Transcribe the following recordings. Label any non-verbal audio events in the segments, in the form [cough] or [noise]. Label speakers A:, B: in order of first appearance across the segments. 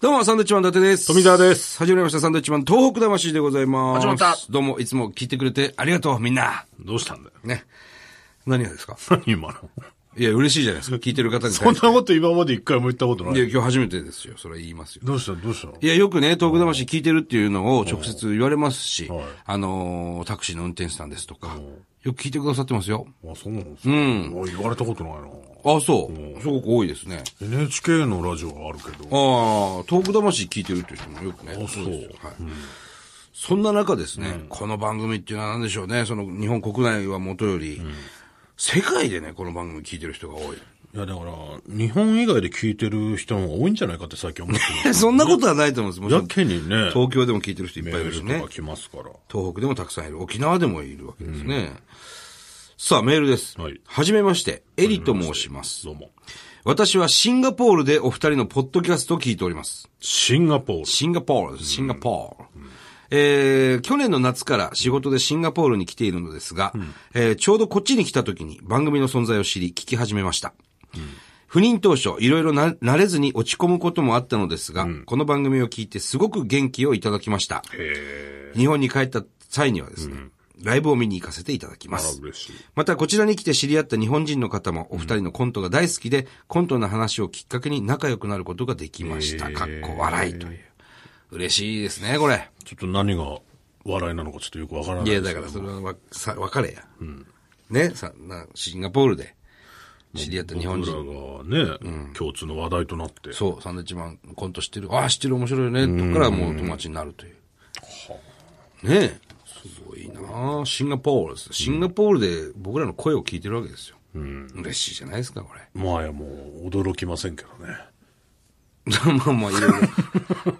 A: どうも、サンドウィッチマン伊達です。
B: 富澤です。
A: 始まりました、サンドウィッチマン東北魂でございます。
B: 始まった
A: どうも、いつも聞いてくれてありがとう、みんな。
B: どうしたんだよ。 [laughs]
A: ね。何がですか
B: 何今の。
A: いや、嬉しいじゃないですか。聞いてる方に
B: そん
A: 対し
B: な
A: て。
B: こと今まで一回も言ったことないい。
A: や、今日初めてですよ。それは言いますよ。
B: どうしたどうした
A: いや、よくね、東北魂聞いてるっていうのを直接言われますし
B: はい、
A: あのー、タクシーの運転手さんですとか、よく聞いてくださってますよ。
B: あ、そうなんですか。うん。言われたことないな。
A: あ、そう。すごく多いですね。
B: NHK のラジオはあるけど。
A: ああ、東北魂聞いてるっていう人もよくね。
B: あそう
A: ですよはい。そんな中ですね、この番組っていうのは何でしょうね、その日本国内はもとより、世界でね、この番組聞いてる人が多い。
B: いや、だから、日本以外で聞いてる人の方が多いんじゃないかって最近思って
A: いや [laughs] そんなことはないと思うんです。も
B: ま
A: ち
B: す。
A: ろ
B: や
A: ん、
B: けにね、
A: 東京でも聞いてる人いっ
B: メ
A: ぱいい
B: ー
A: るし
B: ル
A: ね
B: とか。来ますから。
A: 東北でもたくさんいる。沖縄でもいるわけですね。さあ、メールです。
B: はい
A: じめまして、エリと申します。
B: どうも。
A: 私はシンガポールでお二人のポッドキャストを聞いております。
B: シンガポー
A: シンガポールです、シンガポール。えー去年の夏から仕事でシンガポールに来ているのですが、えーちょうどこっちに来た時に番組の存在を知り聞き始めました。不妊当初、いろいろな慣れずに落ち込むこともあったのですが、この番組を聞いてすごく元気をいただきました。
B: ル。へ
A: 日本に帰った際にはですね、ライブを見に行かせていただき
B: ー。
A: ま
B: あら
A: す、。
B: 嬉しい。
A: またこちらに来て知り合った日本人の方もお二人のコントが大好きで、コントの話をきっかけに仲良くなることができました。
B: へー
A: かっこ笑いという。嬉しいですね、これ。
B: ちょっと何が笑いなのかちょっとよくわからない
A: い
B: で
A: や、
B: すけ
A: だ
B: ど。
A: からそれはわさ別れや。ね、さ、な、シンガポールで知り合った日本人。
B: 僕らがね、共通の話題となって。
A: そう、サンドウィッチマンコント知ってる。ああ、知ってる、面白いよね。とこからもう友達になるという。ねえ。すごいなあシンガポールです。シンガポールで僕らの声を聞いてるわけですよ。嬉しいじゃないですか、これ。
B: まあいや、もう驚きませんけどね。
A: [laughs] まあまあ、いろい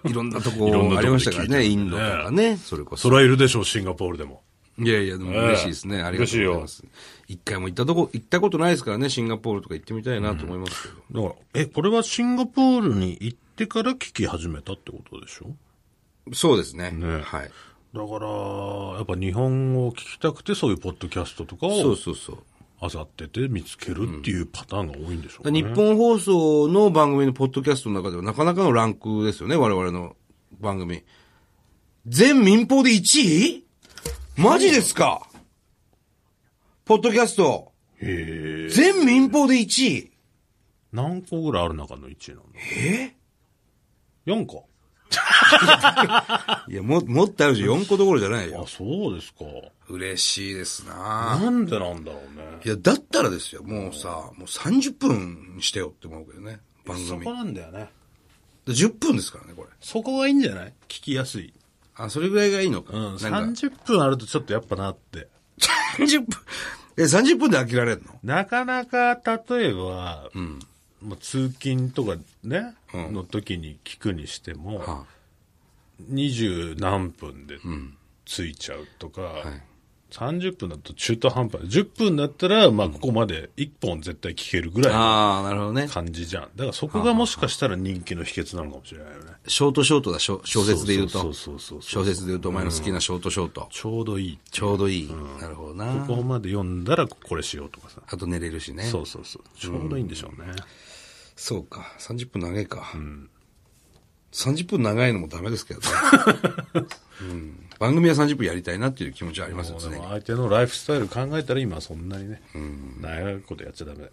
A: ろ、いろんなと
B: いろん
A: こ
B: なとこ
A: ありましたから
B: で聞い
A: ね、
B: て
A: インドとかね、それこ
B: そ
A: そ。
B: らいるでしょう、シンガポールでも。
A: いやいや、でも嬉しいですね。
B: ええ
A: ありがとうございます。一回も行ったとこ、行ったことないですからね、シンガポールとか行ってみたいなと思いますけど。
B: だから、え、これはシンガポールに行ってから聞き始めたってことでしょ
A: そうですね。
B: ね
A: はい。
B: だから、やっぱ日本語を聞きたくて、そういうポッドキャストとか
A: そ
B: を
A: うそうそう。
B: あさってて見つけるっていうパターンが多いんでしょうね。
A: 日本放送の番組のポッドキャストの中ではなかなかのランクですよね、我々の番組。全民放で1位マジですかポッドキャスト。
B: へえ。
A: 全民放で1位
B: 何個ぐらいある中の1位なんだ
A: え
B: 4個。
A: いや、も、もっとあるし、4個どころじゃない
B: あ
A: よ、。
B: そうですか。
A: 嬉しいですな
B: なんでなんだろうね。
A: いや、だったらですよ、もうさ、もう30分にしてよって思うけどね、番
B: そ
A: 組
B: こ。なんだよね。
A: で10分ですからね、これ。
B: そこがいいんじゃない聞きやすい。
A: あ、それぐらいがいいのか。
B: うん。
A: なんか
B: 30分あるとちょっとやっぱなって。
A: 30分。え、30分で飽きられんの
B: なかなか、例えば、まあ、通勤とかね、
A: うん
B: の時に聞くにしても
A: は、
B: 二、十、何分で着いちゃうとか、
A: い
B: 30分だと中途半端で、10分だったら、まあ、ここまで1本絶対聞けるぐらいの
A: ああ、なるほどね。
B: 感じじゃん。だからそこがもしかしたら人気の秘訣なのかもしれないよね。
A: ショートショートだ、小小説で言う
B: そ
A: と
B: う。そうそうそう
A: 小説で言うとお前の好きなショートショート。
B: ちょうどいい。
A: ちょうどいい。なるほどな。
B: ここまで読んだらこれしようとかさ。
A: あと寝れるしね。
B: そうそうそう。ちょうどいいんでしょうね。
A: そうか。30分長いか。30分長いのもダメです [laughs] けどね。うん番組は30分やりたいなっていう気持ちはありますよ
B: そうで
A: ね
B: も。相手のライフスタイル考えたら今はそんなにね、長いことやっちゃダメ。
A: い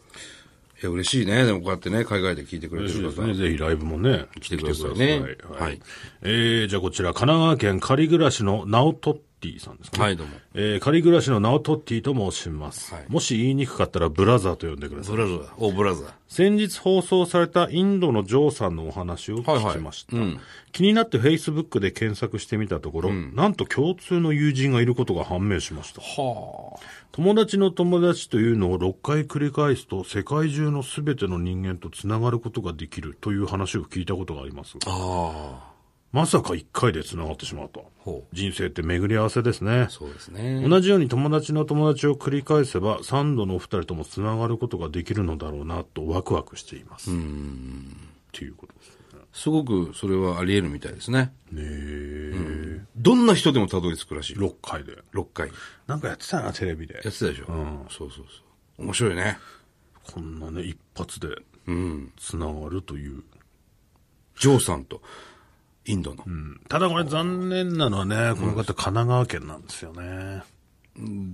A: や、嬉しいね。でもこうやってね、海外で聞いてくれて
B: 嬉しい
A: る
B: です
A: 方。
B: ね。ぜひライブもね、来
A: てくださいね
B: てください
A: は
B: はいい。えー、じゃあこちら、神奈川県仮暮らしのナオトッティさんですね。
A: はいどうも。
B: えー、仮暮らしのナオトッティと申します。
A: はい
B: もし言いにくかったらブラザーと呼んでください。
A: ブラザー。おブラザー。
B: 先日放送されたインドのジョーさんのお話を聞きました。気になって Facebook で検索してみたところ、なんと共通の友人がいることが判明しました。
A: は
B: 友達の友達というのを6回繰り返すと世界中の全ての人間とつながることができるという話を聞いたことがあります
A: あ。ああ。
B: まさか1回でつながってしまうと
A: ほう
B: 人生って巡り合わせですね
A: そうですね。
B: 同じように友達の友達を繰り返せば3度のお二人ともつながることができるのだろうなとワクワクしていますっていうことです
A: すごくそれはあり得るみたいですね。
B: ねねえ、
A: どんな人でもたどり着くらしい。
B: 6回で
A: 6回。
B: なんかやってたなテレビで
A: やってたでしょ。そうそうそう。面白いね。
B: こんなね一発で
A: うん。
B: つながるという
A: ジョーさんと、インドの。
B: ただこれ残念なのはね、この方神奈川県なんですよね。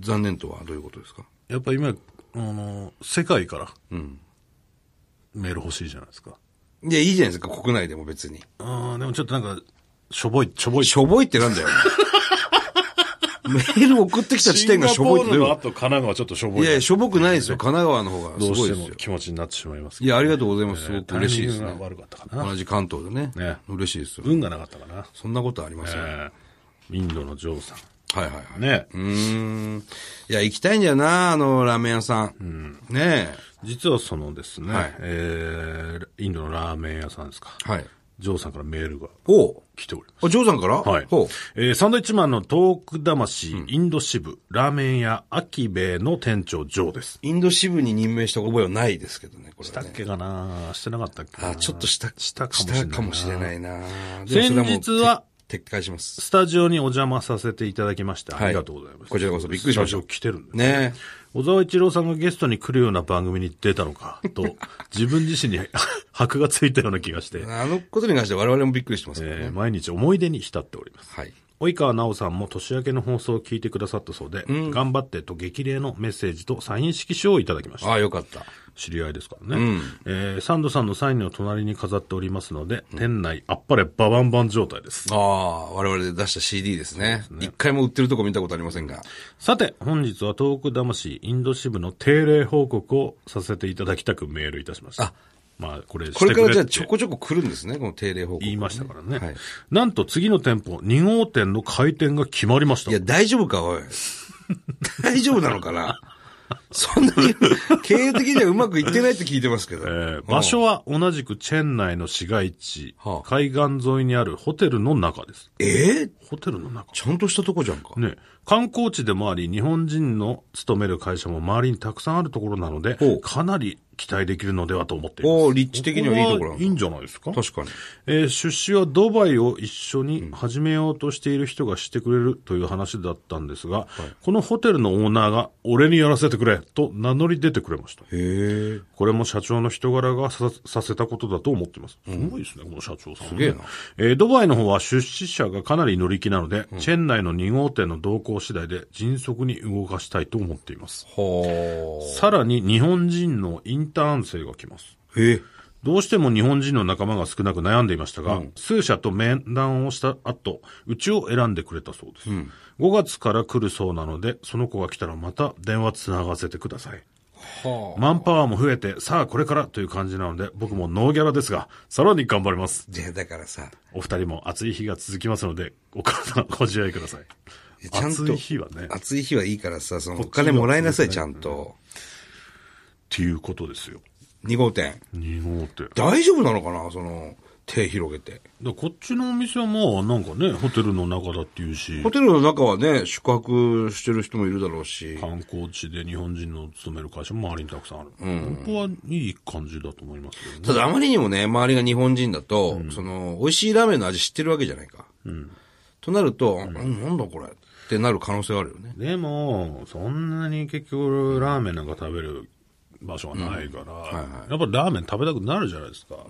A: 残念とはどういうことですか
B: やっぱ今、あの、世界から、メール欲しいじゃないですか。
A: いや、いいじゃないですか、国内でも別に。
B: ああ、でもちょっとなんか、しょぼい、しょぼい。
A: しょぼいってなんだ [laughs] よ。メール送ってきた地点がしょぼいってどういう
B: の
A: こ
B: 後、神奈川ちょっとしょぼ
A: と
B: い。
A: いやいや、しょぼくないですよ。神奈川の方がす
B: どう
A: ご
B: し
A: い
B: て
A: です
B: も
A: よ。
B: 気持ちになってしまいますけ
A: い
B: ど。
A: や、ありがとうございます。すごく
B: タイミングが
A: 嬉しいですね。
B: 悪かったかな。
A: 同じ関東でね。
B: ね
A: 嬉しいですよ。
B: 運がなかったかな。
A: そんなことありますよ。
B: ええインドのジョーさ
A: はいはいはい。
B: ん。ね。
A: うーん。いや、行きたいんだよな、あの、ラーメン屋さん。ね
B: 実はそのですね、
A: はい
B: えーインドのラーメン屋さんですか。
A: え。はい。
B: ジョーさんからメールが
A: おう
B: 来ております。
A: あ、ジョーさんから
B: はい
A: ほう。。
B: えーサンドイッチマンのトーク魂、インド支部、ラーメン屋、アキベイの店長、ジョーです。
A: インド支部に任命した覚えはないですけどね、これ
B: した
A: は
B: っ
A: ね。
B: けかなしてなかったっけかな
A: あ、ちょっとした、
B: したかもしれない
A: し
B: な
A: たかもしれないな。
B: 先日は
A: でもそれもう撤撤回します。
B: スタジオにお邪魔させていただきました。
A: はい
B: ありがとうございます。
A: こちらこそびっくりしました
B: スタジオ来てるんです。
A: ね
B: 小沢一郎さんがゲストに来るような番組に出た
A: [laughs]
B: のか、と、自分自身に [laughs] 箔がついたような気がして、
A: え。あのことに関して我々もびっくりしてますけど
B: えー
A: ね。
B: 毎日思い出に浸っております。
A: はい。
B: 及川奈緒さんも年明けの放送を聞いてくださったそうで、頑張ってと激励のメッセージとサイン色紙をいただきました
A: あ。あ、よかった。
B: 知り合いですからね、えーサンドさんのサインの隣に飾っておりますので、店内あっぱれババンバン状態です
A: ああ、我々で出した CD ですね。一回も売ってるとこ見たことありませんが。
B: さて本日は東北魂インド支部の定例報告をさせていただきたくメールいたしました
A: あ
B: まあこれし
A: こ
B: てく
A: れ
B: れ
A: からじゃあ
B: って
A: ちょこちょこ来るんですね、この定例報告。
B: 言いましたからね、
A: はい
B: なんと次の店舗2号店の開店が決まりました
A: いや、大丈夫か、
B: [laughs]
A: おい。大丈夫なのかなそんなに、経営的にはうまくいってないって聞いてますけど。
B: えー場所は同じくチェン内の市街地、
A: はあ
B: 海岸沿いにあるホテルの中です。
A: えー
B: ホテルの中
A: ちゃんとしたとこじゃんか。
B: ね、観光地でもあり、日本人の勤める会社も周りにたくさんあるところなので
A: ほう、
B: かなり期待できるのではと思っています。
A: おー立地的にはいいところなん
B: い
A: だ
B: いんじゃないですか
A: 確かに。
B: えー出資はドバイを一緒に始めようとしている人がしてくれるという話だったんですが、このホテルのオーナーが、俺にやらせてくれと名乗り出てくれました。
A: へえ。
B: これも社長の人柄がささせたことだと思っています。すごいですね、この社長さん、ね。す
A: げえな
B: えードバイの方は出資者がかなり乗り気なので、チェン内の2号店の動向次第で迅速に動かしたいと思っています。
A: は
B: さらに日本人のインターン生が来ます。
A: あ。え
B: どうしても日本人の仲間が少なく悩んでいましたが、数社と面談をした後、うちを選んでくれたそうです。5月から来るそうなので、その子が来たらまた電話つながせてください。
A: はあ。
B: マンパワーも増えて、さあこれからという感じなので、僕もノーギャラですが、さらに頑張ります。
A: で、だからさ、
B: お二人も暑い日が続きますので、お体ご自愛ください。
A: いやちゃんと。
B: 暑い日はね、っ
A: 暑い日はいいからさ、そのお金もらいなさい、ちゃんと。
B: ていうことですよ。
A: 2号店。
B: 2号店。だか
A: 大丈夫なのかなその、手広げて。
B: らこっちのお店はまあ、なんかね、ホテルの中だっていうし
A: ホ、テルの中はね、宿泊してる人もいるだろうし。
B: 観光地で日本人の勤める会社も周りにたくさんある。ここはいい感じだと思いますけどね。
A: ただあまりにもね、周りが日本人だと、その、美味しいラーメンの味知ってるわけじゃないか。となると、うんなんだこれってなる可能性はあるよね。
B: でも、そんなに結局、ラーメンなんか食べる場所がないから、やっぱラーメン食べたくなるじゃないですか。っ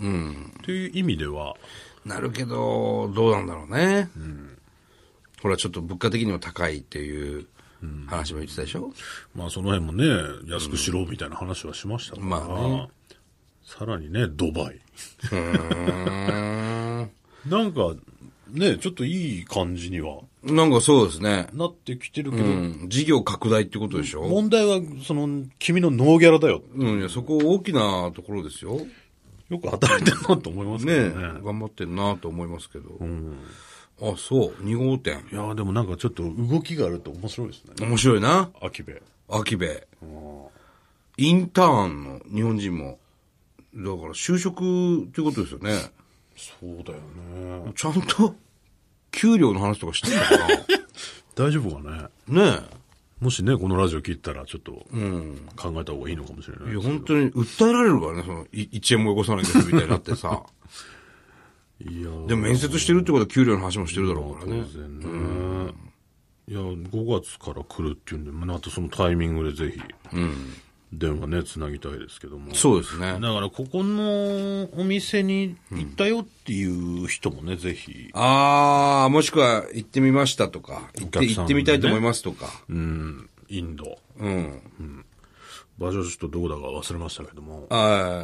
B: ていう意味では、
A: なるけど、どうなんだろうね。ほら、ちょっと物価的にも高いっていう話も言ってたでしょ、
B: まあその辺もね、安くしろみたいな話はしましたから、
A: まあね
B: さらにね、ドバイ。
A: うーん。
B: [laughs] なんか、ね、ちょっといい感じには
A: なんかそうですね。
B: なってきてるけど、
A: うん。事業拡大ってことでしょ
B: 問題は、その、君のノーギャラだよ。
A: うん、いや、そこ大きなところですよ。
B: よく働いてるなと思います
A: ね
B: け
A: え
B: どね。
A: 頑張ってんなと思いますけど。あ、そう。2号店。
B: いやでもなんかちょっと動きがあると面白いですね。
A: 面白いな。
B: アキベ。
A: アキベ。インターンの日本人も、だから就職っていうことですよね。
B: そうだよね。
A: ちゃんと、給料の話とかしてんのか
B: 大丈夫かね
A: [laughs] なね
B: もしね、このラジオ聞いたら、ちょっと、考えた方がいいのかもしれない
A: え。いや、
B: ですけど。
A: 本当に訴えられるからね、その、い1円もよこさないけどみたいになってさ。
B: いやー
A: でも面接してるってことは給料の話もしてるだろうから
B: 当
A: ね。
B: 然ね。いや、5月から来るっていうんで、またそのタイミングでぜひ、電話ね、つなぎたいですけども。
A: そうですね。
B: だから、ここのお店に行ったよっていう人もね、ぜひ、
A: ああ、もしくは行ってみましたとか、行っ
B: お客さん
A: て、
B: でね
A: 行ってみたいと思いますとか。
B: うん、インド。
A: うん。
B: 場所ちょっとどこだか忘れましたけども、
A: あ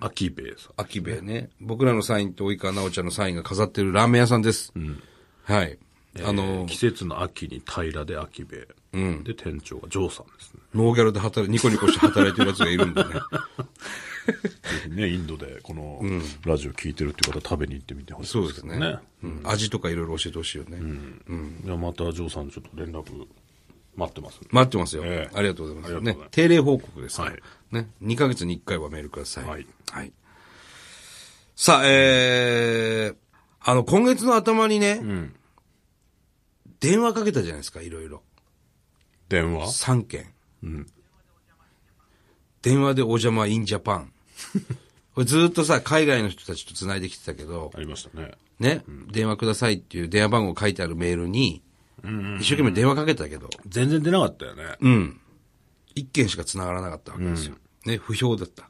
A: あ、
B: アキベイさん。
A: 秋兵衛ね。僕らのサインと及川奈緒ちゃんのサインが飾ってるラーメン屋さんです。はい。あ
B: えー
A: の、
B: 季節の秋に平でアキベイ。で、店長がジョーさんですね。
A: ノーギャルで働い、ニコニコして働いてる奴がいるん
B: [laughs]
A: でね。
B: ぜひね、インドでこのラジオ聞いてるって方、食べに行ってみてほしい
A: そう
B: で
A: ですす
B: けど
A: ね。
B: ね。
A: うん味とかいろいろ教えてほしいよね。
B: いやまたジョーさん、ちょっと連絡待ってますんで
A: 待ってますよ、
B: ええ
A: ありがとうございま
B: あ
A: す。
B: りがとう
A: ね
B: ございま。す
A: 定例報告です、
B: はい
A: ね。2ヶ月に1回はメールください。
B: はい
A: はい。さあ、えー、あの、今月の頭にね、電話かけたじゃないですか、いろいろ。
B: 電話
A: 3件。電話でお邪魔インジャパン。 [laughs] これずっとさ、海外の人たちと繋いできてたけど
B: あ、りましたね。
A: ね、電話くださいっていう電話番号書いてあるメールに、一生懸命電話かけたけど、
B: 全然出なかったよね。
A: うん。一件しか繋がらなかったわけですよ。ね、不評だった。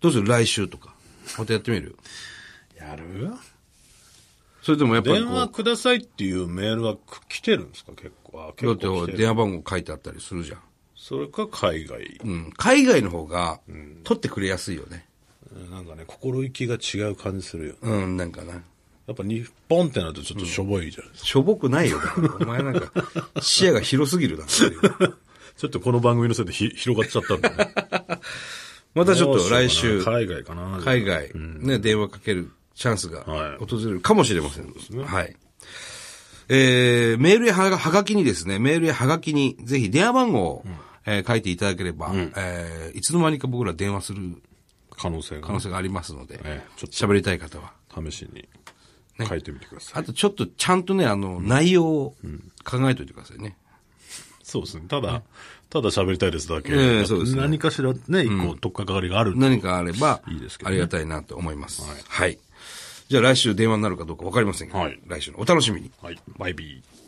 A: どうする来週とか。またやってみる
B: やる
A: それともやっぱり
B: 電
A: こ
B: 話
A: う、
B: くださいっていうメールはく来てるんですか結構。あ
A: だ
B: 結
A: って
B: 構来てる
A: 電話番号書いてあったりするじゃん。
B: それか海外。
A: うん。海外の方が、取ってくれやすいよね。
B: なんかね、心意気が違う感じするよ。
A: うん、なんかな。
B: やっぱ日本ってなるとちょっとしょぼいじゃないですか。
A: しょぼくないよ。だからお前なんか、視野が広すぎるだ
B: [laughs]
A: ろ。
B: ちょっとこの番組のせいでひ広がっちゃったんだね。
A: またちょっ
B: どう
A: と
B: しようかな
A: 来週、
B: 海外かな。
A: 海外、ね、電話かけるチャンスが
B: はい
A: 訪れるかもしれません。はい。えー、メールやはがはがきにですね、メールやはがきに、ぜひ電話番号を、えー書いていただければ、えーいつの間にか僕ら電話する
B: 可能性が
A: 可能性がありますので
B: ええちょ、っと
A: 喋、りたい方は。
B: 試しに書いてみてください。
A: あとちょっとちゃんとね、あの、内容を考えておいてくださいね。
B: そうですね。ただ、ただ喋りたいですだけ。
A: ええそうですね
B: 何かしらね、一個取っかかりがある。
A: 何かあれば
B: いいです、け
A: あ
B: どね
A: りがたいなと思います。はい。じゃあ来週電話になるかどうかわかりませんけど、
B: はい
A: 来週のお楽しみに。
B: はい。バイビー。